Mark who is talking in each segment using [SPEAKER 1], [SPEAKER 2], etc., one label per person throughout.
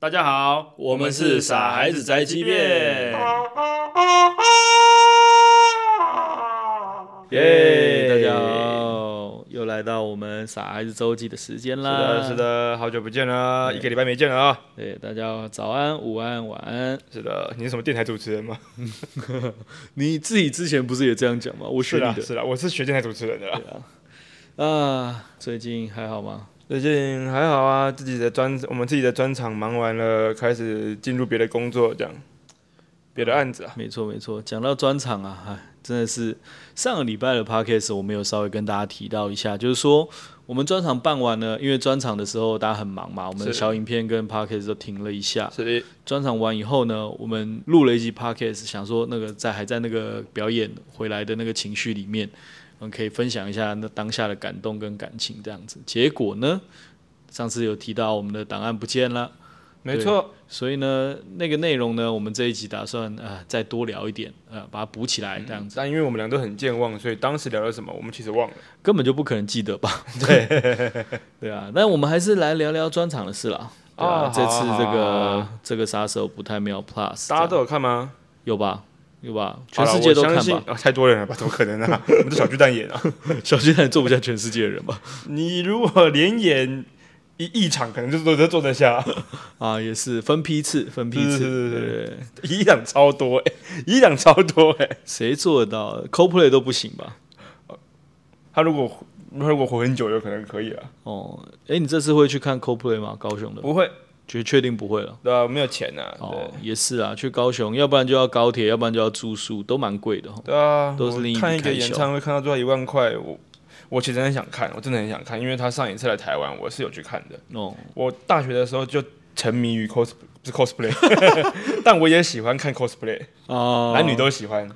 [SPEAKER 1] 大家好，
[SPEAKER 2] 我们是傻孩子宅急便耶、
[SPEAKER 1] 耶
[SPEAKER 2] 大家好，又来到我们傻孩子周记的时间
[SPEAKER 1] 是
[SPEAKER 2] 啦。
[SPEAKER 1] 的，是。的，好久不见了，一个礼拜没见了啊。
[SPEAKER 2] 对，大家早安、午安、晚安。
[SPEAKER 1] 是的，你是什么电台主持人吗？
[SPEAKER 2] 你自己之前不是也这样讲吗？我
[SPEAKER 1] 是
[SPEAKER 2] 学你
[SPEAKER 1] 啦，
[SPEAKER 2] 的。
[SPEAKER 1] 是啦，啊我是学电台主持人的啦。
[SPEAKER 2] 啊，最近还好吗？
[SPEAKER 1] 最近还好啊，自己的专我们自己的专场忙完了，开始进入别的工作，这样别的案子啊。
[SPEAKER 2] 没错，没错。讲到专场啊，哎，真的是上个礼拜的 podcast 我们有稍微跟大家提到一下，就是说我们专场办完了，因为专场的时候大家很忙嘛，我们的
[SPEAKER 1] 是
[SPEAKER 2] 小影片跟 podcast 都停了一下。
[SPEAKER 1] 是的，
[SPEAKER 2] 专场完以后呢，我们录了一集 podcast，想说那个在还在那个表演回来的那个情绪里面，我们可以分享一下那当下的感动跟感情这样子。结果呢，上次有提到我们的档案不见了，
[SPEAKER 1] 没错，
[SPEAKER 2] 所以呢，那个内容呢，我们这一集打算啊、呃再多聊一点，呃，把它补起
[SPEAKER 1] 嗯
[SPEAKER 2] 来，这样子、
[SPEAKER 1] 但因为我们俩都很健忘，所以当时聊了什么，我们其实忘了。
[SPEAKER 2] 根本就不可能记得吧？对，对啊。但我们还是来聊聊专场的事啦。对啊，
[SPEAKER 1] 哦
[SPEAKER 2] 这次
[SPEAKER 1] 好啊
[SPEAKER 2] 这个、
[SPEAKER 1] 好啊好啊
[SPEAKER 2] 这个杀手不太妙 Plus，这
[SPEAKER 1] 大家
[SPEAKER 2] 样
[SPEAKER 1] 都有看吗？
[SPEAKER 2] 有吧？有吧？
[SPEAKER 1] 好
[SPEAKER 2] 全
[SPEAKER 1] 啦
[SPEAKER 2] 世界都
[SPEAKER 1] 我
[SPEAKER 2] 看
[SPEAKER 1] 相信
[SPEAKER 2] 吧。
[SPEAKER 1] 哦太多人了吧？怎么可能啊？ 我们是小巨蛋演啊。
[SPEAKER 2] 小巨蛋坐不下全世界的人吧？
[SPEAKER 1] 你如果连演一一场，可能就坐得坐得下，
[SPEAKER 2] 啊，也是分批次，分批
[SPEAKER 1] 是
[SPEAKER 2] 次，
[SPEAKER 1] 是是
[SPEAKER 2] 对对对
[SPEAKER 1] 一场超多哎、一场超多哎、
[SPEAKER 2] 谁做得到？CoPlay 都不行吧？
[SPEAKER 1] 他如果他如果活很久，有可能可以啊。
[SPEAKER 2] 哦，哎、你这次会去看 CoPlay 吗？高雄的，
[SPEAKER 1] 不会，
[SPEAKER 2] 确确定不会了。
[SPEAKER 1] 对啊，没有钱呐、啊，
[SPEAKER 2] 哦，也是啊，去高雄，要不然就要高铁，要不然就要住宿，都蛮贵的哦。
[SPEAKER 1] 对啊，
[SPEAKER 2] 都是另一笔
[SPEAKER 1] 我看一个
[SPEAKER 2] 开销
[SPEAKER 1] 演唱会看到最后一万块，我我其实很想看，我真的很想看，因为他上一次来台湾，我是有去看的。
[SPEAKER 2] 哦，
[SPEAKER 1] 我大学的时候就沉迷于 cos 不是 cosplay，但 我也喜欢看 cosplay，
[SPEAKER 2] 哦，
[SPEAKER 1] 男女，都喜欢啊、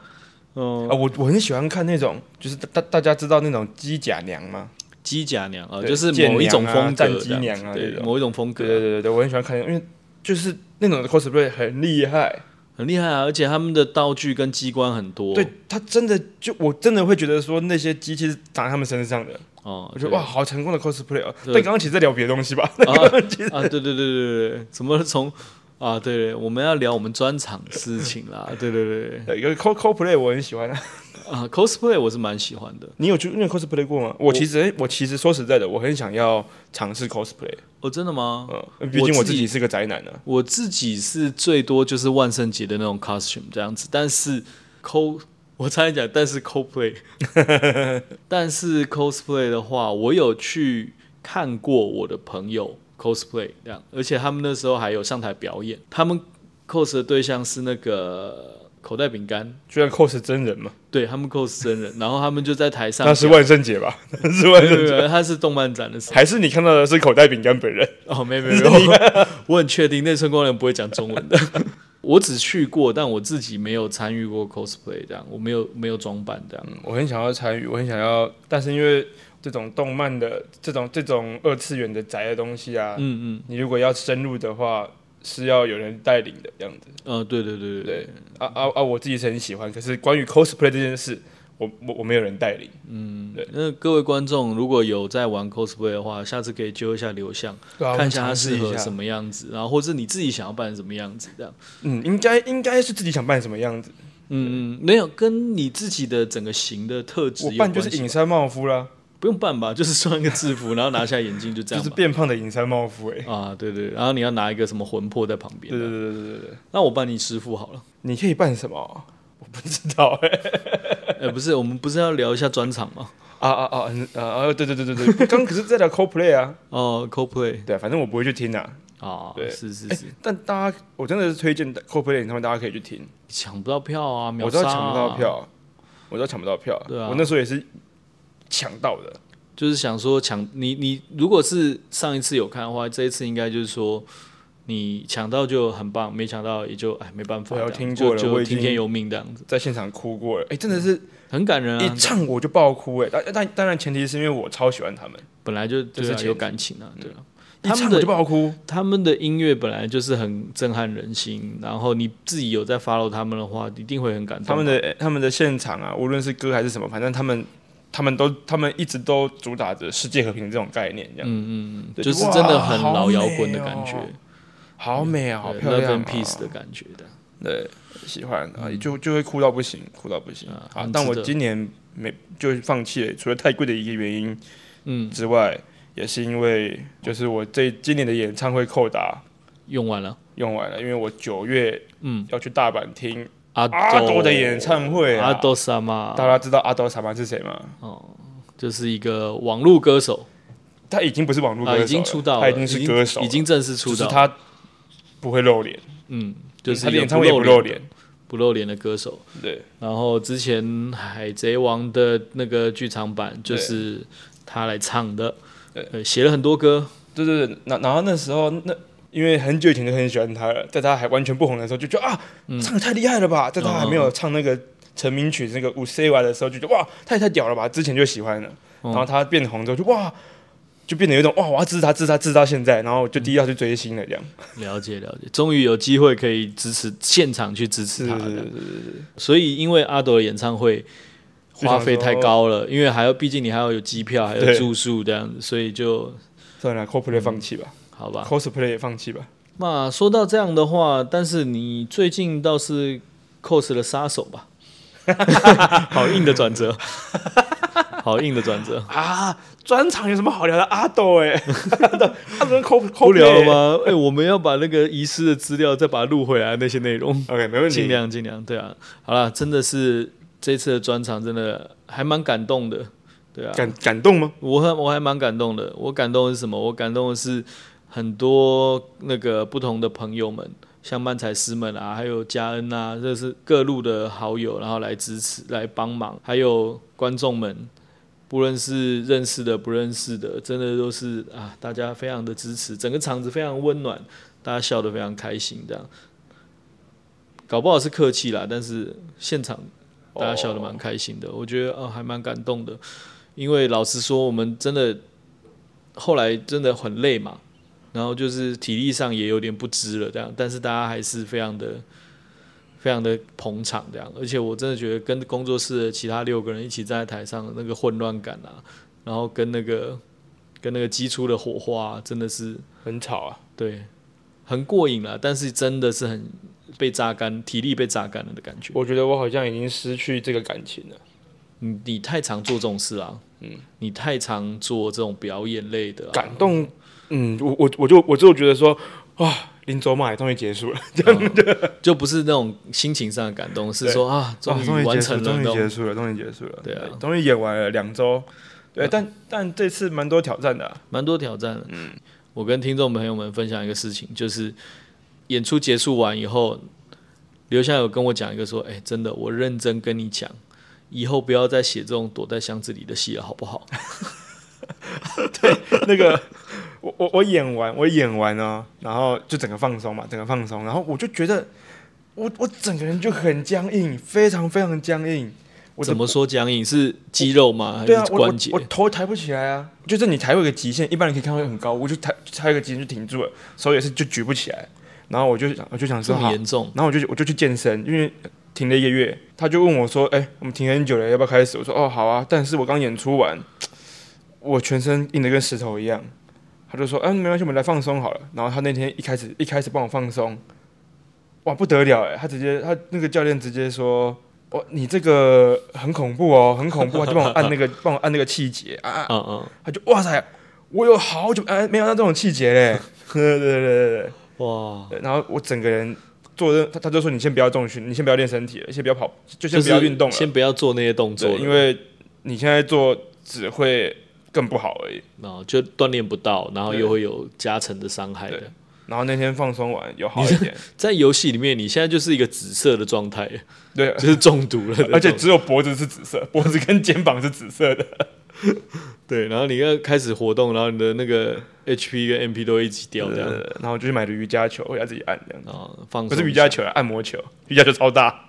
[SPEAKER 2] 哦，
[SPEAKER 1] 我我很喜欢看那种，就是大大大家知道那种机甲娘吗？
[SPEAKER 2] 机甲娘啊，
[SPEAKER 1] 对
[SPEAKER 2] 就是
[SPEAKER 1] 剑
[SPEAKER 2] 某一种
[SPEAKER 1] 娘啊
[SPEAKER 2] 风格
[SPEAKER 1] 战
[SPEAKER 2] 这样子，
[SPEAKER 1] 机娘啊
[SPEAKER 2] 对
[SPEAKER 1] 这，种
[SPEAKER 2] 某一种风
[SPEAKER 1] 对对
[SPEAKER 2] 格，
[SPEAKER 1] 对对，我很喜欢看，因为就是那种 cosplay 很厉害，
[SPEAKER 2] 很厉害啊，而且他们的道具跟机关很多，
[SPEAKER 1] 对，他真的就我真的会觉得说那些机器是长在他们身上的，
[SPEAKER 2] 哦，
[SPEAKER 1] 我觉得
[SPEAKER 2] 对
[SPEAKER 1] 哇，好成功的 cosplay 哦。
[SPEAKER 2] 对
[SPEAKER 1] 但刚刚其实在聊别的东西 吧，
[SPEAKER 2] 啊啊，对对对对对，怎么从啊？对对，我们要聊我们专场的事情啦。 对对对对
[SPEAKER 1] 有一个 cos cosplay 我很喜欢啊。
[SPEAKER 2] 啊，cosplay 我是蛮喜欢的，
[SPEAKER 1] 你有去那个 cosplay 过吗？我其实我其实说实在的，我很想要尝试 cosplay，
[SPEAKER 2] 哦，真的吗？
[SPEAKER 1] 嗯，毕竟
[SPEAKER 2] 我
[SPEAKER 1] 我
[SPEAKER 2] 自
[SPEAKER 1] 自
[SPEAKER 2] 己
[SPEAKER 1] 己是个宅男啊。
[SPEAKER 2] 我自己是最多就是万圣节的那种 costume 这样子，但是 co 我差点讲，但是 cosplay，但是 cosplay 的话，我有去看过我的朋友 cosplay 这样，而且他们那时候还有上台表演，他们 cos 的对象是那个口袋饼干。
[SPEAKER 1] 居然 cos 真人嘛，
[SPEAKER 2] 对他们 cos 真人，然后他们就在台上
[SPEAKER 1] 那是
[SPEAKER 2] 讲
[SPEAKER 1] 万圣节吧？ 那是万
[SPEAKER 2] 没有
[SPEAKER 1] 圣
[SPEAKER 2] 没
[SPEAKER 1] 节，
[SPEAKER 2] 有，他是动漫展的时候。
[SPEAKER 1] 还是你看到的是口袋饼干 本人？
[SPEAKER 2] 哦，没有没有 没有，我很确定内村光良不会讲中文的。 我只去过，但我自己没有参与过 cosplay 这样，我没有没有装扮这样。
[SPEAKER 1] 嗯我很想要参与，我很想要，但是因为这种动漫的这种这种二次元的宅的东西啊，
[SPEAKER 2] 嗯嗯，
[SPEAKER 1] 你如果要深入的话，是要有人带领的这样子。
[SPEAKER 2] 呃，对对对对
[SPEAKER 1] 对，啊啊啊！我自己是很喜欢，可是关于 cosplay 这件事，我我我没有人带领。
[SPEAKER 2] 对。那各位观众如果有在玩 cosplay 的话，下次可以揪一下刘向，看一下他适合什
[SPEAKER 1] 么。
[SPEAKER 2] 么样子，然后或是你自己想要扮成什么样子这样。
[SPEAKER 1] 嗯，应该应该是自己想扮什么样子。
[SPEAKER 2] 嗯嗯，没有跟你自己的整个型的特质
[SPEAKER 1] 我
[SPEAKER 2] 有
[SPEAKER 1] 扮
[SPEAKER 2] 关
[SPEAKER 1] 就是
[SPEAKER 2] 系
[SPEAKER 1] 隐山茂夫啦，
[SPEAKER 2] 不用扮吧，就是穿一个制服，然后拿下眼镜就这
[SPEAKER 1] 就
[SPEAKER 2] 样
[SPEAKER 1] 是
[SPEAKER 2] 吧。
[SPEAKER 1] 变胖的隐山茂夫哎、
[SPEAKER 2] 啊，对对，然后你要拿一个什么魂魄在旁边啊
[SPEAKER 1] 对。对对对对对，
[SPEAKER 2] 那我扮你师傅 好了。
[SPEAKER 1] 你可以扮什么？我不知道哎、
[SPEAKER 2] 呃，不是，我们不是要聊一下专场吗？
[SPEAKER 1] 啊啊啊嗯啊啊！对对对对 对，刚可是在聊 cosplay 啊。
[SPEAKER 2] 哦，CoPlay
[SPEAKER 1] 对，反正我不会去听啊。
[SPEAKER 2] 啊，
[SPEAKER 1] 对哎
[SPEAKER 2] 是是是，
[SPEAKER 1] 但大家，我真的是推荐 Coldplay 演唱会，大家可以去听。
[SPEAKER 2] 抢不到票啊，秒
[SPEAKER 1] 我知道
[SPEAKER 2] 杀啊
[SPEAKER 1] 抢不到，票，我知道抢不到票。
[SPEAKER 2] 对啊
[SPEAKER 1] 我那时候也是抢到的。
[SPEAKER 2] 就是想说抢你你如果是上一次有看的话，这一次应该就是说你抢到就很棒，没抢到也就哎没办
[SPEAKER 1] 我
[SPEAKER 2] 法这
[SPEAKER 1] 有
[SPEAKER 2] 样，
[SPEAKER 1] 听
[SPEAKER 2] 就
[SPEAKER 1] 过了我
[SPEAKER 2] 就
[SPEAKER 1] 已经
[SPEAKER 2] 听天由命这样子，
[SPEAKER 1] 在现场哭过了，哎、真的是
[SPEAKER 2] 很感人
[SPEAKER 1] 一
[SPEAKER 2] 啊，
[SPEAKER 1] 唱我就爆哭哎、但但当然前提是因为我超喜欢他们，
[SPEAKER 2] 本来就
[SPEAKER 1] 这是
[SPEAKER 2] 对啊
[SPEAKER 1] 前
[SPEAKER 2] 有
[SPEAKER 1] 提
[SPEAKER 2] 感情啊，对啊，
[SPEAKER 1] 一
[SPEAKER 2] 他
[SPEAKER 1] 唱
[SPEAKER 2] 们
[SPEAKER 1] 我
[SPEAKER 2] 的
[SPEAKER 1] 就爆哭。
[SPEAKER 2] 他们的音乐本来就是很震撼人心，然后你自己有在 follow 他们的话，一定会很感动。
[SPEAKER 1] 他们的他们的现场啊，无论是歌还是什么，反正他们他们都他们一直都主打着世界和平这种概念，这样、
[SPEAKER 2] 嗯嗯，嗯
[SPEAKER 1] 对
[SPEAKER 2] 就是
[SPEAKER 1] 哇
[SPEAKER 2] 真的很
[SPEAKER 1] 好
[SPEAKER 2] 老摇
[SPEAKER 1] 美
[SPEAKER 2] 滚的感觉。
[SPEAKER 1] 哦好美啊，好漂
[SPEAKER 2] 嗯 Love
[SPEAKER 1] 亮、啊、
[SPEAKER 2] and Peace 的感觉的。
[SPEAKER 1] 对，喜欢啊，就就会哭到不行，哭到不行。
[SPEAKER 2] 啊
[SPEAKER 1] 好，
[SPEAKER 2] 很
[SPEAKER 1] 但
[SPEAKER 2] 值
[SPEAKER 1] 我
[SPEAKER 2] 得
[SPEAKER 1] 今年没就放弃了，除了太贵的一个原因
[SPEAKER 2] 嗯，
[SPEAKER 1] 之外，也是因为就是我这今年的演唱会扣打
[SPEAKER 2] 用完了。
[SPEAKER 1] 用完了，因为我九月
[SPEAKER 2] 嗯，
[SPEAKER 1] 要去大阪听
[SPEAKER 2] 阿
[SPEAKER 1] 阿
[SPEAKER 2] 多
[SPEAKER 1] 啊多的演唱会啊
[SPEAKER 2] 阿。多萨嘛，
[SPEAKER 1] 大家知道阿多萨曼是谁吗？
[SPEAKER 2] 就是一个网络歌手
[SPEAKER 1] 他已经不是网络歌
[SPEAKER 2] 啊，
[SPEAKER 1] 手了，
[SPEAKER 2] 已经出道了，
[SPEAKER 1] 他已经是歌手了，
[SPEAKER 2] 已经正式出
[SPEAKER 1] 就是
[SPEAKER 2] 道。
[SPEAKER 1] 他不会露脸，
[SPEAKER 2] 嗯，就是
[SPEAKER 1] 他的
[SPEAKER 2] 一个
[SPEAKER 1] 演唱会也不露脸
[SPEAKER 2] 脸、，不露脸的歌手。
[SPEAKER 1] 对，
[SPEAKER 2] 然后之前《海贼王》的那个剧场版就是他来唱的，
[SPEAKER 1] 对
[SPEAKER 2] 呃，写了很多歌，
[SPEAKER 1] 对对对，然然后那时候那因为很久以前就很喜欢他了，在他还完全不红的时候就觉得啊，唱的太厉害了吧，在他还没有唱那个成名曲那个《五 C Y》的时候就觉得哇，他也太屌了吧，之前就喜欢了，然后他变红之后就哇。就变得有一种哇，我要支持他，支持他，支持到现在，然后就第一要去追星了，这样。
[SPEAKER 2] 了解了解，终于有机会可以支持现场去支持他
[SPEAKER 1] 是
[SPEAKER 2] 的，所以因为阿朵的演唱会花费太高了，因为还要毕竟你还要有机票，还有
[SPEAKER 1] 对
[SPEAKER 2] 住宿这样子，所以就
[SPEAKER 1] 算了，cosplay 放弃吧
[SPEAKER 2] 好吧。
[SPEAKER 1] ，cosplay 也放弃吧。
[SPEAKER 2] 那说到这样的话，但是你最近倒是 cos 了杀手吧？ 好硬的转折，好硬的转折，
[SPEAKER 1] 啊，专场有什么好聊的？阿斗哎，阿斗跟 cos
[SPEAKER 2] 不
[SPEAKER 1] cosplay
[SPEAKER 2] 聊了吗？哎、我们要把那个遗失的资料再把它录回来，那些内容
[SPEAKER 1] ？OK，没问
[SPEAKER 2] 尽
[SPEAKER 1] 题。
[SPEAKER 2] 量尽量，对啊，好啦，真的是这次的专场真的还蛮感动的，对啊，
[SPEAKER 1] 感感动吗？
[SPEAKER 2] 我还我还蛮感动的。我感动的是什么？我感动的是很多那个不同的朋友们，像漫才师们啊，还有嘉恩啊，这是各路的好友，然后来支持、来帮忙，还有观众们，不论是认识的、不认识的，真的都是啊，大家非常的支持，整个场子非常温暖，大家笑得非常开心，这样。搞不好是客气啦，但是现场
[SPEAKER 1] 哦
[SPEAKER 2] 大家笑得蛮开心的，我觉得啊、还蛮感动的。因为老实说，我们真的后来真的很累嘛，然后就是体力上也有点不支了，这样，但是大家还是非常的、非常的捧场这样，而且我真的觉得跟工作室的其他六个人一起站在台上，那个混乱感啊，然后跟那个跟那个激出的火花啊、真的是
[SPEAKER 1] 很吵啊。
[SPEAKER 2] 对很过瘾了，但是真的是很被榨干，体力被榨干了的感觉。
[SPEAKER 1] 我觉得我好像已经失去这个感情了。
[SPEAKER 2] 你你太常做这种事啊，嗯，你太常做这种表演类的、啊，
[SPEAKER 1] 感动，嗯，我我我就我就觉得说，哇，林走马也终于结束了，
[SPEAKER 2] 就不是那种心情上的感动，是
[SPEAKER 1] 对
[SPEAKER 2] 说啊， 终
[SPEAKER 1] 啊
[SPEAKER 2] 于
[SPEAKER 1] 结
[SPEAKER 2] 完
[SPEAKER 1] 束，
[SPEAKER 2] 成了
[SPEAKER 1] 终
[SPEAKER 2] 那
[SPEAKER 1] 于结
[SPEAKER 2] 种。
[SPEAKER 1] 束了，终于结束了，
[SPEAKER 2] 对啊
[SPEAKER 1] 终于演完了两周，对，但但这次蛮多挑战的啊、
[SPEAKER 2] 蛮多挑战的。嗯，我跟听众朋友们分享一个事情，就是演出结束完以后，留下有跟我讲一个说，哎、真的，我认真跟你讲，以后不要再写这种躲在箱子里的戏了，好不好？
[SPEAKER 1] 那个我我我演完，我演完呢，然后就整个放松嘛，整个放松，然后我就觉得我我整个人就很僵硬，非常非常僵硬，我
[SPEAKER 2] 怎
[SPEAKER 1] 的
[SPEAKER 2] 么说僵硬？是肌肉吗？还
[SPEAKER 1] 对啊
[SPEAKER 2] 是，
[SPEAKER 1] 我我
[SPEAKER 2] 关节？
[SPEAKER 1] 我头抬不起来啊，就是你抬会有个极限，一般人可以看到会很高，我就抬抬有个极限就停住了，手也是就举不起来，然后我就想我就想
[SPEAKER 2] 这
[SPEAKER 1] 说
[SPEAKER 2] 么
[SPEAKER 1] 好，
[SPEAKER 2] 严重？
[SPEAKER 1] 然后我就我就去健身，因为停了一个月，他就问我说，哎、我们停很久了，要不要开始？我说哦好啊，但是我刚演出完，我全身硬的跟石头一样，他就说，嗯、没关系，我们来放松好了。然后他那天一开始一开始帮我放松，哇不得了哎、他直接他那个教练直接说。哦，你这个很恐怖哦，很恐怖，他就帮我按那个，帮我按那个气节啊啊啊
[SPEAKER 2] 嗯嗯，
[SPEAKER 1] 他就哇塞，我有好久哎没有到这种气节嘞， 对对对对
[SPEAKER 2] 嗯哇，
[SPEAKER 1] 对，然后我整个人做任，他他就说你先不要重训，你先不要练身体了，先不要跑，就
[SPEAKER 2] 就
[SPEAKER 1] 先
[SPEAKER 2] 是
[SPEAKER 1] 不要运动了，
[SPEAKER 2] 先不要做那些动作
[SPEAKER 1] 对，
[SPEAKER 2] 了，
[SPEAKER 1] 因为你现在做只会更不好而已。
[SPEAKER 2] 然后哦就锻炼不到，然后
[SPEAKER 1] 对
[SPEAKER 2] 又会有加成的伤害的。
[SPEAKER 1] 然后那天放松完有好一点，
[SPEAKER 2] 在游戏里面，你现在就是一个紫色的状态，
[SPEAKER 1] 对，
[SPEAKER 2] 就是中毒了的
[SPEAKER 1] 而且
[SPEAKER 2] 状态
[SPEAKER 1] 只有脖子是紫色， 脖子跟肩膀是紫色的，
[SPEAKER 2] 对，然后你要开始活动，然后你的那个 HP 跟 MP 都会一起掉
[SPEAKER 1] 对
[SPEAKER 2] 这
[SPEAKER 1] 对
[SPEAKER 2] 样，
[SPEAKER 1] 对然后我就去买了瑜伽球，回家自己按这样。
[SPEAKER 2] 然后放
[SPEAKER 1] 不
[SPEAKER 2] 松。
[SPEAKER 1] 是瑜伽，球啊，按摩球，瑜伽球超大，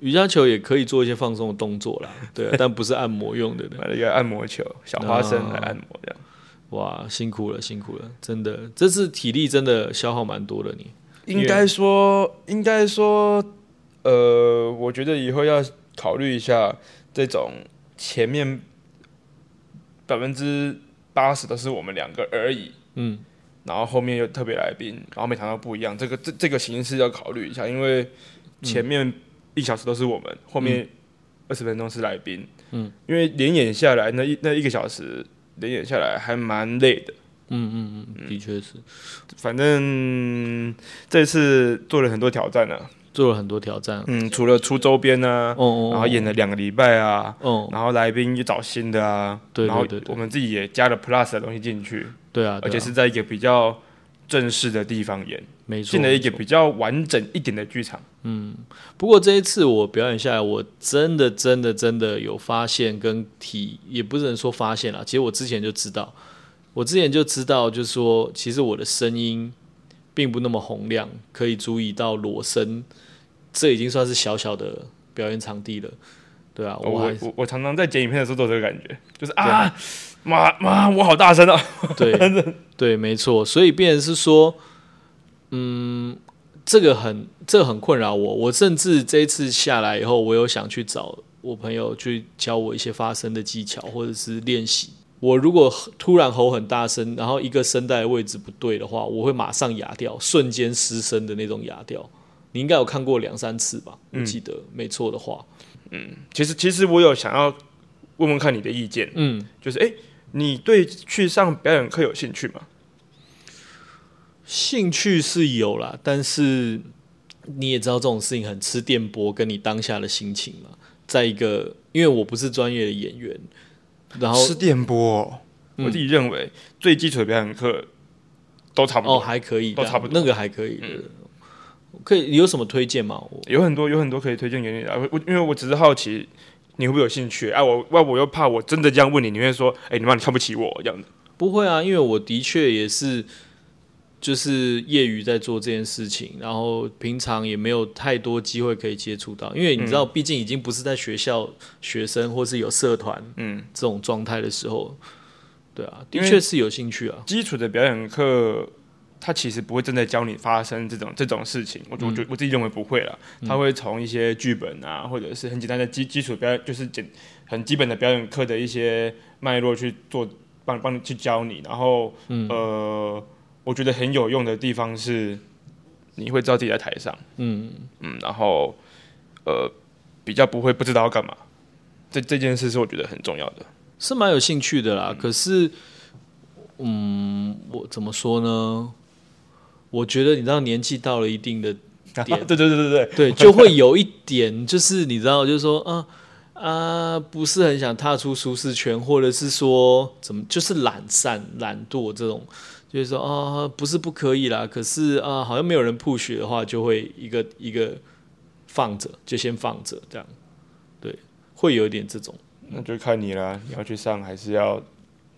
[SPEAKER 2] 瑜伽球也可以做一些放松的动作啦， 对啊，但不是按摩用的。
[SPEAKER 1] 买了一个按摩球，小花生
[SPEAKER 2] 啊
[SPEAKER 1] 来按摩这样。
[SPEAKER 2] 哇，辛苦了，辛苦了，真的，这次体力真的消耗蛮多的你。
[SPEAKER 1] 应该说，应该说，呃，我觉得以后要考虑一下这种前面百分之八十都是我们两个而已，
[SPEAKER 2] 嗯，
[SPEAKER 1] 然后后面又特别来宾，然后每堂都不一样，这个这这个形式要考虑一下，因为前面一小时都是我们，后面二十分钟是来宾，嗯，因为连演下来那一那一个小时连演下来还蛮累的，
[SPEAKER 2] 嗯嗯嗯，的确是
[SPEAKER 1] 反正这次做了很多挑战啊，
[SPEAKER 2] 做了很多挑战。
[SPEAKER 1] 嗯，除了出周边啊，
[SPEAKER 2] 哦哦，
[SPEAKER 1] 然后演了两个礼拜啊，
[SPEAKER 2] 哦，
[SPEAKER 1] 然后来宾也找新的啊，
[SPEAKER 2] 对对
[SPEAKER 1] 然后
[SPEAKER 2] 对对
[SPEAKER 1] 我们自己也加了 Plus 的东西进去，
[SPEAKER 2] 对啊，
[SPEAKER 1] 而
[SPEAKER 2] 对啊
[SPEAKER 1] 且是在一个比较正式的地方演，
[SPEAKER 2] 没错
[SPEAKER 1] 进了一个
[SPEAKER 2] 没错
[SPEAKER 1] 比较完整一点的剧场。
[SPEAKER 2] 不过这一次我表演下来，我真的真的真的有发现跟体，也不能说发现啦，其实我之前就知道，我之前就知道，就是说，其实我的声音并不那么洪亮，可以足以到裸声，这已经算是小小的表演场地了，对啊，
[SPEAKER 1] 我
[SPEAKER 2] 我还
[SPEAKER 1] 我我我常常在剪影片的时候都有这个感觉，就是啊，妈妈，我好大声啊！
[SPEAKER 2] 对对，没错，所以变成是说，嗯，这个很这个很困扰我。我甚至这一次下来以后，我有想去找我朋友去教我一些发声的技巧，或者是练习。我如果突然吼很大声，然后一个声带的位置不对的话，我会马上哑掉，瞬间失声的那种哑掉。你应该有看过两三次吧？我记得、没错的话，
[SPEAKER 1] 其实其实我有想要问问看你的意见，
[SPEAKER 2] 嗯，
[SPEAKER 1] 就是哎、诶你对去上表演课有兴趣吗？
[SPEAKER 2] 兴趣是有啦，但是你也知道这种事情很吃电波跟你当下的心情嘛。在一个，因为我不是专业的演员，然后
[SPEAKER 1] 吃电波哦、我自己认为最基础的表演课都差不多。
[SPEAKER 2] 哦还可以，
[SPEAKER 1] 都差不多
[SPEAKER 2] 那个还可以的。可以，你有什么推荐吗？我
[SPEAKER 1] 有很多有很多可以推荐给你的啊。我我因为我只是好奇你会不会有兴趣啊？我哇，我又怕我真的这样问你，你会说，哎、你妈你看不起我这样子。
[SPEAKER 2] 不会啊，因为我的确也是，就是业余在做这件事情，然后平常也没有太多机会可以接触到，因为你知道，
[SPEAKER 1] 嗯
[SPEAKER 2] 毕竟已经不是在学校学生或是有社团
[SPEAKER 1] 嗯，
[SPEAKER 2] 这种状态的时候，对啊，的
[SPEAKER 1] 因为
[SPEAKER 2] 确是有兴趣啊。
[SPEAKER 1] 基础的表演课，他其实不会真的教你发生这种这种事情。我我觉我自己认为不会了，他会从一些剧本啊，或者是很简单的基基础表演，就是简很基本的表演课的一些脉络去做，帮帮你去教你。然后，呃，我觉得很有用的地方是，你会知道自己在台上。
[SPEAKER 2] 嗯，
[SPEAKER 1] 嗯，然后呃比较不会不知道要干嘛，这这件事是我觉得很重要的。
[SPEAKER 2] 是蛮有兴趣的啦。可是，嗯，我怎么说呢？我觉得你知道，年纪到了一定的，点
[SPEAKER 1] 对对对对对，
[SPEAKER 2] 对，就会有一点，就是你知道，就是说，啊啊，不是很想踏出舒适圈，或者是说，怎么就是懒散、懒惰这种，就是说，啊，不是不可以啦，可是啊，好像没有人 push 的话，就会一个一个放着，就先放着这样，对，会有一点这种，
[SPEAKER 1] 那就看你啦，你要去上还是要，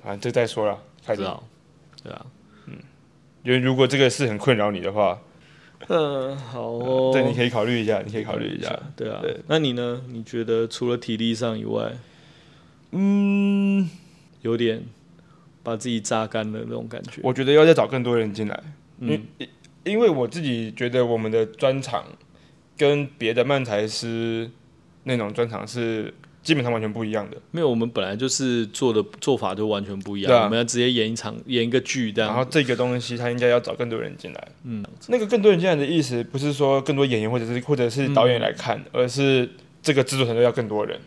[SPEAKER 1] 反正这再说了。看
[SPEAKER 2] 知
[SPEAKER 1] 你，
[SPEAKER 2] 道，对啊。
[SPEAKER 1] 因为如果这个事很困扰你的话，
[SPEAKER 2] 嗯，好哦。
[SPEAKER 1] 这你可以考虑一下，你可以考虑一下。
[SPEAKER 2] 对啊
[SPEAKER 1] 对。
[SPEAKER 2] 那你呢？你觉得除了体力上以外，
[SPEAKER 1] 嗯，
[SPEAKER 2] 有点把自己榨干的那种感觉？
[SPEAKER 1] 我觉得要再找更多人进来，
[SPEAKER 2] 嗯
[SPEAKER 1] 因为我自己觉得我们的专场跟别的漫才师那种专场是基本上完全不一样的。
[SPEAKER 2] 没有，我们本来就是做的做法就完全不一样。
[SPEAKER 1] 对啊
[SPEAKER 2] 我们要直接演一场演一个剧这
[SPEAKER 1] 然后
[SPEAKER 2] 样。
[SPEAKER 1] 这个东西，他应该要找更多人进来。嗯，那个更多人进来的意思，不是说更多演员或者是或者是导演来看，而是这个制作团队要更多人。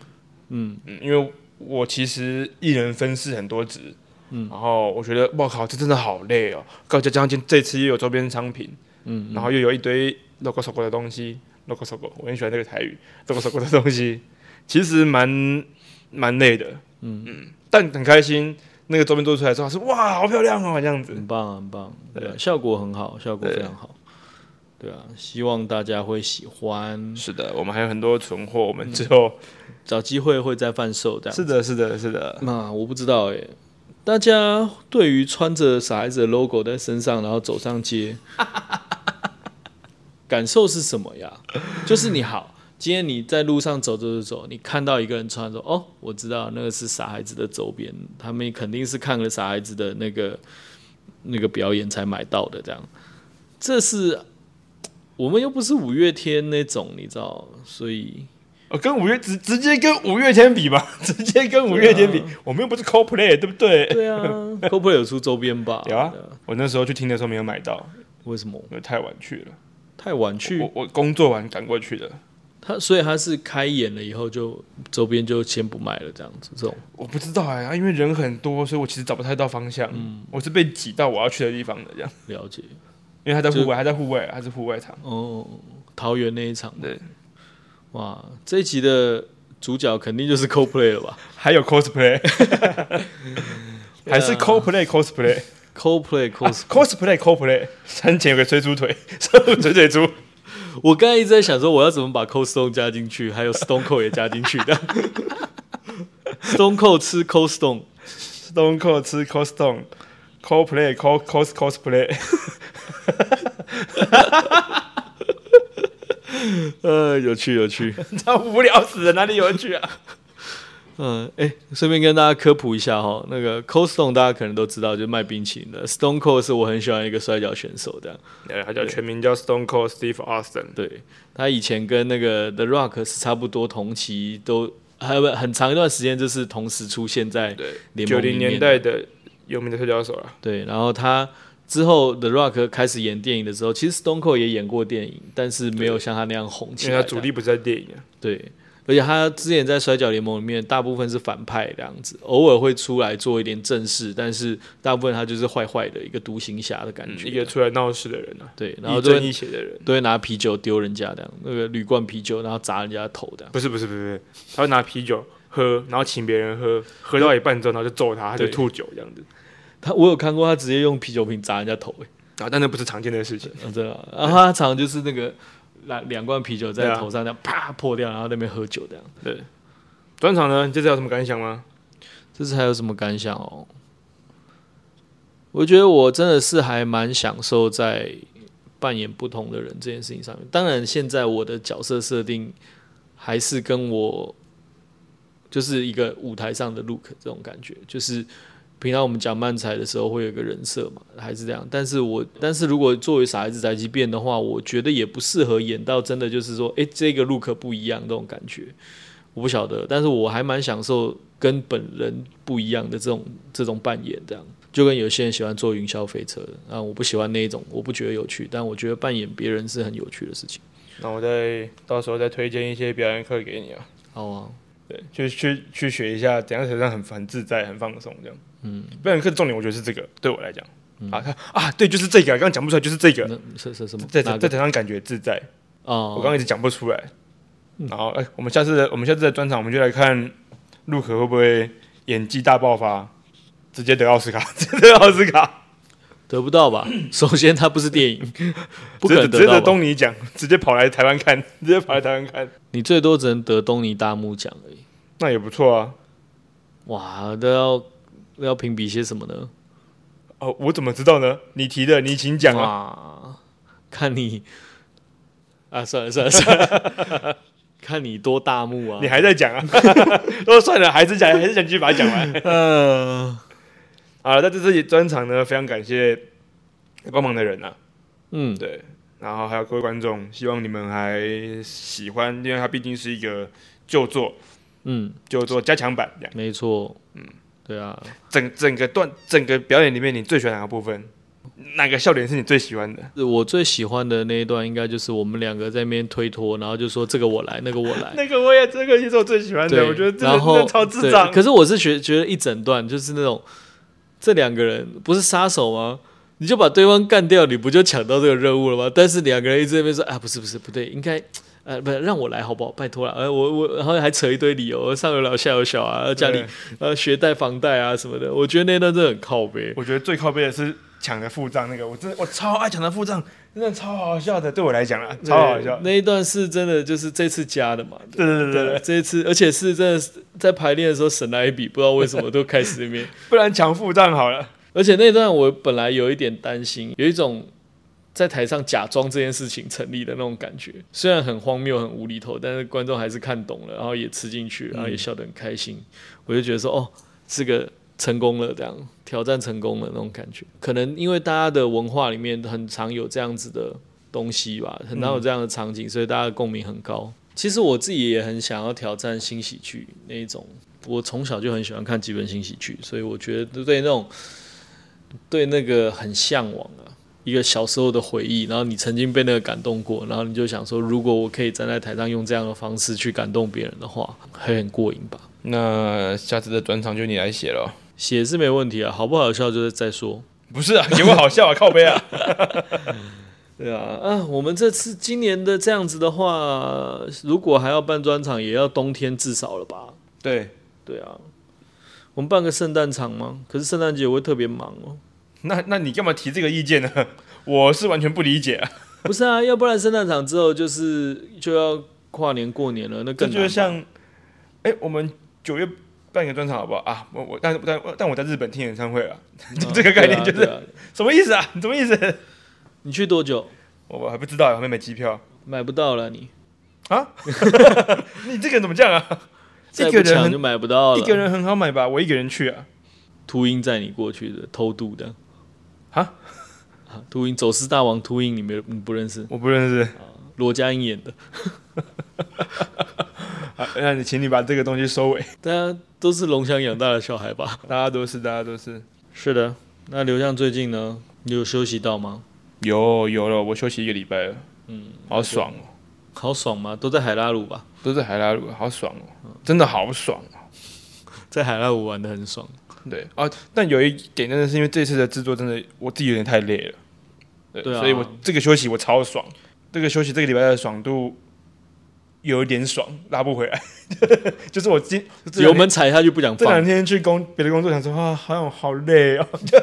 [SPEAKER 2] 嗯
[SPEAKER 1] 嗯，因为我其实一人分饰很多职。嗯，然后我觉得，我靠，这真的好累哦！高加将近这次又有周边商品，
[SPEAKER 2] 嗯，
[SPEAKER 1] 然后又有一堆 logo s o 的东西，logo s o 我很喜欢这个台语 logo s o 的东西，其实蛮蛮累的。嗯嗯，但很开心，那个周边做出来之后是哇，好漂亮哦，这样子。
[SPEAKER 2] 很棒，很棒，对啊，效果很好，效果非常好，对啊，希望大家会喜欢，
[SPEAKER 1] 是的，我们还有很多存货，我们之后、
[SPEAKER 2] 找机会会再贩售这
[SPEAKER 1] 嗯
[SPEAKER 2] 样。
[SPEAKER 1] 是的，是的，是的，
[SPEAKER 2] 那我不知道哎、大家对于穿着傻孩子的 logo 在身上，然后走上街，感受是什么呀？就是你好，今天你在路上走走走走，你看到一个人穿着，哦，我知道那个是傻孩子的周边，他们肯定是看了傻孩子的那个那个表演才买到的，这样，这是。我们又不是五月天那种，你知道，所以
[SPEAKER 1] 哦，跟五月直直接跟五月天比吧， 直接跟五月天比，我们又不是啊 CoPlay，对不对？
[SPEAKER 2] 对啊，CoPlay 有出周边吧？
[SPEAKER 1] 有啊，我那时候去听的时候没有买到，
[SPEAKER 2] 为什么
[SPEAKER 1] 因为太晚去了。
[SPEAKER 2] 太晚去？
[SPEAKER 1] 我我工作完赶过去的，
[SPEAKER 2] 他所以他是开演了以后就周边就先不卖了，这样子这种。
[SPEAKER 1] 我不知道哎、啊因为人很多，所以我其实找不太到方向。我是被挤到我要去的地方的，这样，
[SPEAKER 2] 了解
[SPEAKER 1] 因为他在户外，他在户外，他是户外场。
[SPEAKER 2] 哦，桃园那一场，
[SPEAKER 1] 对，
[SPEAKER 2] 哇，这一集的主角肯定就是 CoPlay 了 吧
[SPEAKER 1] 还有 cosplay，还是 CoPlay cosplay
[SPEAKER 2] ？CoPlay cos，、
[SPEAKER 1] cosplay cosplay，山前有个追猪腿，上有追腿猪。
[SPEAKER 2] 我刚才一直在想说我要怎么把 Cold Stone 加进去，还有 Stone Cold 也加进去 的。Stone Cold 吃 Cold Stone，
[SPEAKER 1] Stone Cold 吃 Cold Stone。Cosplay, cos cos cosplay，
[SPEAKER 2] 呃，有趣有趣。
[SPEAKER 1] 他无聊死了，哪里有趣 啊？
[SPEAKER 2] 嗯，哎，顺便跟大家科普一下哈，那个 Cold Stone 大家可能都知道，就是卖冰淇淋的。Stone Cold 是我很喜欢一个摔跤选手的，
[SPEAKER 1] 他叫全名叫 Stone Cold Steve Austin，
[SPEAKER 2] 对他以前跟那个 The Rock 是差不多同期都，还有很长一段时间就是同时出现在
[SPEAKER 1] 对，
[SPEAKER 2] 联
[SPEAKER 1] 九
[SPEAKER 2] 盟里
[SPEAKER 1] 零
[SPEAKER 2] 面
[SPEAKER 1] 年代的有名的摔跤手啊。
[SPEAKER 2] 对，然后他之后 The Rock 开始演电影的时候，其实 Stone Cold 也演过电影，但是没有像他那样红起
[SPEAKER 1] 因
[SPEAKER 2] 来。
[SPEAKER 1] 为他主力不是在电影、啊，
[SPEAKER 2] 对，而且他之前在摔跤联盟里面，大部分是反派这样子，偶尔会出来做一点正事，但是大部分他就是坏坏的一个独行侠的感觉。
[SPEAKER 1] 一个出来闹事的人啊，
[SPEAKER 2] 对，然后
[SPEAKER 1] 亦
[SPEAKER 2] 都
[SPEAKER 1] 正
[SPEAKER 2] 会
[SPEAKER 1] 亦邪的人。
[SPEAKER 2] 都会拿啤酒丢人家这样，那个铝罐啤酒，然后砸人家的头这样。
[SPEAKER 1] 不是不是不是，不是他会拿啤酒喝，然后请别人喝，喝到一半之后，然后就揍他，他就
[SPEAKER 2] 对
[SPEAKER 1] 吐酒这样子。
[SPEAKER 2] 他我有看过他直接用啤酒瓶砸人家头、欸，
[SPEAKER 1] 啊，但那不是常见的事情。
[SPEAKER 2] 啊真的啊、然后他常常就是那个两两罐啤酒
[SPEAKER 1] 对
[SPEAKER 2] 在
[SPEAKER 1] 啊
[SPEAKER 2] 头上这样啪破掉，然后在那边喝酒这样。
[SPEAKER 1] 对，专场呢，你这次有什么感想吗？
[SPEAKER 2] 这次还有什么感想哦？我觉得我真的是还蛮享受在扮演不同的人这件事情上面。当然，现在我的角色设定还是跟我就是一个舞台上的 look 这种感觉，就是平常我们讲漫才的时候会有一个人设嘛，还是这样。但是我但是如果作为傻孩子宅急便的话，我觉得也不适合演到真的就是说，诶，这个 look 不一样这种感觉。我不晓得，但是我还蛮享受跟本人不一样的这种这种扮演，这样就跟有些人喜欢坐云霄飞车啊，我不喜欢那一种，我不觉得有趣，但我觉得扮演别人是很有趣的事情。
[SPEAKER 1] 那我再到时候再推荐一些表演课给你啊。
[SPEAKER 2] 好啊，
[SPEAKER 1] 对，去去去学一下怎样才让很很自在、很放松这样。嗯，表演课的重点我觉得是这个，对我来讲、啊，看啊，对，就是这个啊，刚刚讲不出来，就是这个，
[SPEAKER 2] 那是是什么？
[SPEAKER 1] 在在
[SPEAKER 2] 哪个
[SPEAKER 1] 在台上感觉自在。
[SPEAKER 2] 哦，
[SPEAKER 1] 我刚刚一直讲不出来。
[SPEAKER 2] 嗯
[SPEAKER 1] 然后，哎、我们下次的我们下次的专场，我们就来看陆可会不会演技大爆发，直接得奥斯卡， 直接得奥斯卡，
[SPEAKER 2] 得不到吧？ 首先，它不是电影， 不
[SPEAKER 1] 直接
[SPEAKER 2] 可能
[SPEAKER 1] 直接
[SPEAKER 2] 得
[SPEAKER 1] 得
[SPEAKER 2] 到吧。
[SPEAKER 1] 东尼奖，直接跑来台湾看，直接跑来台湾看，
[SPEAKER 2] 你最多只能得东尼大木奖而已。
[SPEAKER 1] 那也不错啊。
[SPEAKER 2] 哇，都要要评比些什么呢？
[SPEAKER 1] 哦，我怎么知道呢？你提的，你请讲啊。
[SPEAKER 2] 哇，看你啊，算了算了算了， 看你多大幕啊！
[SPEAKER 1] 你还在讲啊？ 都算了，还是讲，还是想继续把它讲完。
[SPEAKER 2] 呃，
[SPEAKER 1] 好了，在这次专场呢，非常感谢帮忙的人啊，
[SPEAKER 2] 嗯，
[SPEAKER 1] 对，然后还有各位观众，希望你们还喜欢，因为它毕竟是一个旧作，
[SPEAKER 2] 嗯，
[SPEAKER 1] 旧作加强版这样。
[SPEAKER 2] 没错，嗯，对啊，
[SPEAKER 1] 整整个段整个表演里面，你最喜欢哪个部分？哪个笑点是你最喜欢的？
[SPEAKER 2] 我最喜欢的那一段应该就是我们两个在那边推脱，然后就说这个我来，那个我来，
[SPEAKER 1] 那个我也这个也是我最喜欢
[SPEAKER 2] 对，
[SPEAKER 1] 的，我觉得这
[SPEAKER 2] 然
[SPEAKER 1] 个
[SPEAKER 2] 后
[SPEAKER 1] 真的超智障
[SPEAKER 2] 对。可是我是觉觉得一整段就是那种这两个人不是杀手吗？你就把对方干掉，你不就抢到这个任务了吗？但是两个人一直在那边说啊，不是不是不对，应该呃不让我来好不好？拜托了，呃我我然后还扯一堆理由，哦上有老下有小啊，家里
[SPEAKER 1] 对
[SPEAKER 2] 呃学贷房贷啊什么的，我觉得那段真的很靠背。
[SPEAKER 1] 我觉得最靠背的是抢的付账那个，我真的我超爱抢的付账，真的超好笑的，对我来讲啊，超好笑。
[SPEAKER 2] 那一段是真的，就是这次加的嘛。
[SPEAKER 1] 对对对对
[SPEAKER 2] 对，
[SPEAKER 1] 对，
[SPEAKER 2] 这一次，而且是真的是在排练的时候省了一笔，不知道为什么都开始那边
[SPEAKER 1] 不然抢付账好了。
[SPEAKER 2] 而且那段我本来有一点担心，有一种在台上假装这件事情成立的那种感觉。虽然很荒谬、很无厘头，但是观众还是看懂了，然后也吃进去，然后也笑得很开心。我就觉得说，哦，这个成功了，这样挑战成功了那种感觉。可能因为大家的文化里面很常有这样子的东西吧，很常有这样的场景，所以大家的共鸣很高。其实我自己也很想要挑战新喜剧那一种，我从小就很喜欢看几本新喜剧，所以我觉得对那种对那个很向往啊，一个小时候的回忆，然后你曾经被那个感动过，然后你就想说，如果我可以站在台上用这样的方式去感动别人的话，会很过瘾吧？
[SPEAKER 1] 那下次的专场就你来写了。
[SPEAKER 2] 写是没问题啊，好不好笑就是再说。
[SPEAKER 1] 不是啊， 有没有好笑啊？靠背啊！
[SPEAKER 2] 对啊，啊，我们这次今年的这样子的话，如果还要办专场，也要冬天至少了吧？
[SPEAKER 1] 对，
[SPEAKER 2] 对啊，我们办个圣诞场吗？可是圣诞节我会特别忙哦。
[SPEAKER 1] 那那你干嘛提这个意见呢？ 我是完全不理解啊。
[SPEAKER 2] 不是啊，要不然圣诞场之后就是就要跨年过年了，那
[SPEAKER 1] 这
[SPEAKER 2] 更
[SPEAKER 1] 就是
[SPEAKER 2] 难。
[SPEAKER 1] 像，哎、我们九月办一个专场好不好啊？我我但但但我在日本听演唱会了，就 这个概念就是、
[SPEAKER 2] 对啊对啊
[SPEAKER 1] 什么意思啊？你什么意思？
[SPEAKER 2] 你去多久？
[SPEAKER 1] 我我还不知道，还没买机票。
[SPEAKER 2] 买不到了你，
[SPEAKER 1] 你这个人怎么这样啊？一
[SPEAKER 2] 再不
[SPEAKER 1] 个人
[SPEAKER 2] 抢就
[SPEAKER 1] 很
[SPEAKER 2] 买不到了。
[SPEAKER 1] 一个人很好买吧？我一个人去啊。
[SPEAKER 2] 秃鹰载你过去的，偷渡的。
[SPEAKER 1] 啊
[SPEAKER 2] 啊，秃鹰走私大王秃鹰，你没有你不认识？
[SPEAKER 1] 我不认识。
[SPEAKER 2] 罗家英演的。
[SPEAKER 1] 啊，那你请你把这个东西收 尾。
[SPEAKER 2] 大家都是龙翔养大的小孩吧？
[SPEAKER 1] 大家都是，大家都是。
[SPEAKER 2] 是的。那刘向最近呢，你有休息到吗？
[SPEAKER 1] 有有了，我休息一个礼拜了。嗯，好爽哦。
[SPEAKER 2] 好爽吗？都在海拉鲁吧？
[SPEAKER 1] 都是海拉鲁，好爽
[SPEAKER 2] 嗯
[SPEAKER 1] 哦，真的好爽哦。
[SPEAKER 2] 在海拉鲁玩的很爽。
[SPEAKER 1] 对啊，但有一点真的是因为这次的制作真的我自己有点太累了，对，
[SPEAKER 2] 对啊
[SPEAKER 1] 所以我这个休息我超爽，这个休息这个礼拜的爽度有一点爽，拉不回来， 就是我今这两
[SPEAKER 2] 油
[SPEAKER 1] 天
[SPEAKER 2] 门踩下去不想
[SPEAKER 1] 这两
[SPEAKER 2] 放，
[SPEAKER 1] 天去工别的工作，想说啊，好像好累哦， 就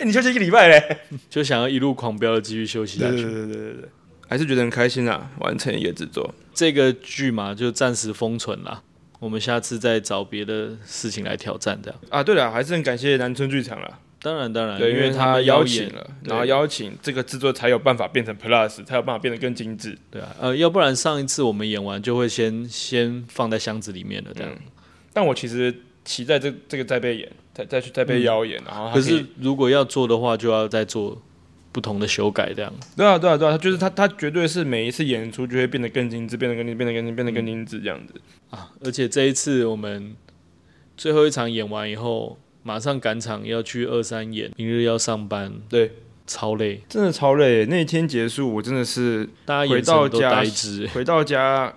[SPEAKER 1] 哎、你休息一个礼拜嘞，
[SPEAKER 2] 就想要一路狂飙的继续休息下
[SPEAKER 1] 对
[SPEAKER 2] 去。
[SPEAKER 1] 对对对对对，还是觉得很开心啊，完成一个制作，
[SPEAKER 2] 这个剧嘛，就暂时封存啦。我们下次再找别的事情来挑战，这样。
[SPEAKER 1] 啊，对了，还是很感谢南村剧场了。
[SPEAKER 2] 当然，当然，
[SPEAKER 1] 对，嗯因为
[SPEAKER 2] 他
[SPEAKER 1] 他
[SPEAKER 2] 们
[SPEAKER 1] 邀
[SPEAKER 2] 演
[SPEAKER 1] 请了，然后
[SPEAKER 2] 对
[SPEAKER 1] 邀请这个制作才有办法变成 Plus，才有办法变得更精致。
[SPEAKER 2] 对啊，呃，要不然上一次我们演完就会先先放在箱子里面了，这样。
[SPEAKER 1] 嗯但我其实期待这这个再被演，再再去再被邀演，然后他
[SPEAKER 2] 可
[SPEAKER 1] 以
[SPEAKER 2] 是如果要做的话，就要再做不同的修改，这样。
[SPEAKER 1] 对啊对啊对啊，他就是他他绝对是每一次演出就会变得更精致，变得更精变得更精变得更精致这样子。
[SPEAKER 2] 啊，而且这一次我们最后一场演完以后，马上赶场要去二三演，明日要上班，
[SPEAKER 1] 对，
[SPEAKER 2] 超累，
[SPEAKER 1] 真的超累，那一天结束我真的是
[SPEAKER 2] 大家
[SPEAKER 1] 回
[SPEAKER 2] 眼神
[SPEAKER 1] 到
[SPEAKER 2] 都
[SPEAKER 1] 家
[SPEAKER 2] 呆滞。
[SPEAKER 1] 回到家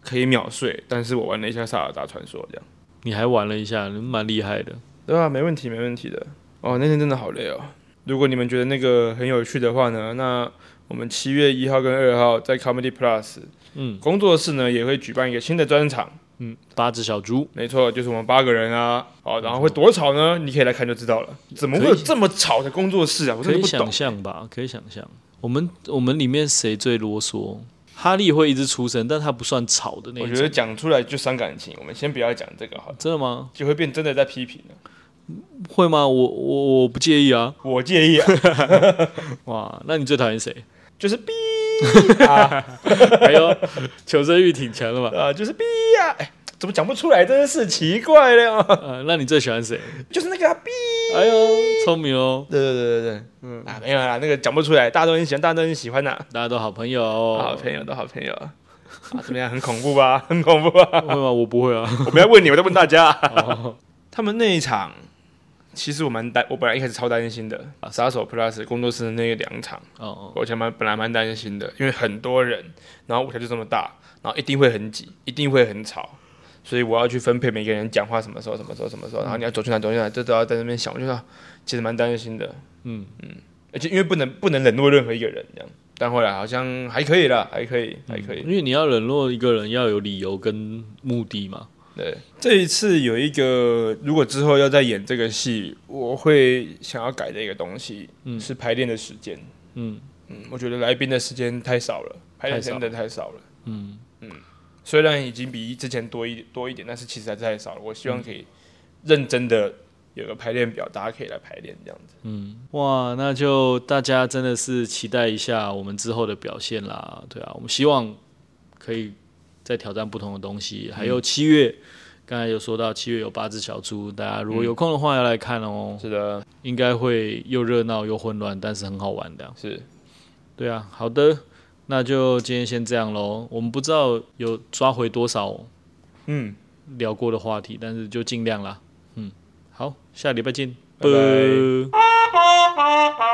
[SPEAKER 1] 可以秒睡，但是我玩了一下《萨尔达传说》这样。
[SPEAKER 2] 你还玩了一下，你蛮厉害的。
[SPEAKER 1] 对啊，没问题，没问题的。哦，那天真的好累哦。如果你们觉得那个很有趣的话呢，那我们七月一号跟二号在 Comedy Plus
[SPEAKER 2] 嗯
[SPEAKER 1] 工作室呢也会举办一个新的专场，
[SPEAKER 2] 嗯，八只小猪，
[SPEAKER 1] 没错，就是我们八个人啊。好，然后会多吵呢？你可以来看就知道了。怎么会有
[SPEAKER 2] 可以
[SPEAKER 1] 这么吵的工作室啊？我
[SPEAKER 2] 可
[SPEAKER 1] 真的
[SPEAKER 2] 以
[SPEAKER 1] 不懂
[SPEAKER 2] 想。象吧？可以想象，我们我们里面谁最啰嗦？哈利会一直出声，但他不算吵的那
[SPEAKER 1] 我
[SPEAKER 2] 一
[SPEAKER 1] 觉
[SPEAKER 2] 种
[SPEAKER 1] 得。讲出来就伤感情，我们先不要讲这个好了，
[SPEAKER 2] 真的吗？
[SPEAKER 1] 就会变真的在批评了。
[SPEAKER 2] 会吗？我我我不介意啊。
[SPEAKER 1] 我介意啊，
[SPEAKER 2] 哇，那你最讨厌谁？
[SPEAKER 1] 就是逼
[SPEAKER 2] 哎呦，求生欲挺强的嘛。
[SPEAKER 1] 啊，就是逼呀、哎，怎么讲不出来？真的是奇怪了哦，
[SPEAKER 2] 呃，那你最喜欢谁？
[SPEAKER 1] 就是那个、啊、逼。
[SPEAKER 2] 哎呦，聪明哦，
[SPEAKER 1] 对对对对对，嗯啊，没有啦，那个讲不出来，大家都很喜欢，大家都很喜欢呐、
[SPEAKER 2] 大家都好朋友。哦
[SPEAKER 1] 好朋友都好朋友哦啊，怎么样？很恐怖吧？ 很恐怖啊吧？
[SPEAKER 2] 会吗？我不会 啊。
[SPEAKER 1] 我不要问你，我在问大家。 他们那一场，其实我蛮担，我本来一开始超担心的，啊杀手 Plus 工作室的那个两场，
[SPEAKER 2] 哦哦，
[SPEAKER 1] 我前蛮本来蛮担心的，因为很多人，然后舞台就这么大，然后一定会很挤，一定会很吵。所以我要去分配每个人讲话什么时候、什么时候、什么时候，然后你要走去哪、走去哪，这都要在那边想。我就说，啊其实蛮担心的。
[SPEAKER 2] 嗯，
[SPEAKER 1] 而且因为不能不能冷落任何一个人这样。但后来好像还可以啦，还可以，还可以。
[SPEAKER 2] 因为你要冷落一个人，要有理由跟目的嘛。
[SPEAKER 1] 对，这一次有一个，如果之后要再演这个戏，我会想要改的一个东西，
[SPEAKER 2] 嗯
[SPEAKER 1] 是排练的时间。
[SPEAKER 2] 嗯
[SPEAKER 1] 嗯，我觉得来宾的时间太少了，排练时间
[SPEAKER 2] 太少
[SPEAKER 1] 真的太少了。
[SPEAKER 2] 嗯，
[SPEAKER 1] 虽然已经比之前多一多一点，但是其实还是太少了。我希望可以认真的有个排练表，大家可以来排练这样子。
[SPEAKER 2] 哇，那就大家真的是期待一下我们之后的表现啦。对啊，我们希望可以再挑战不同的东西，还有七月。刚才有说到七月有八只小猪，大家如果有空的话要来看哦，
[SPEAKER 1] 是的，
[SPEAKER 2] 应该会又热闹又混乱，但是很好玩的。
[SPEAKER 1] 是
[SPEAKER 2] 对啊，好的，那就今天先这样喽。我们不知道有抓回多少
[SPEAKER 1] 嗯，
[SPEAKER 2] 聊过的话题，但是就尽量啦。嗯，好，下礼拜见，
[SPEAKER 1] 拜拜
[SPEAKER 2] 啵
[SPEAKER 3] Bye.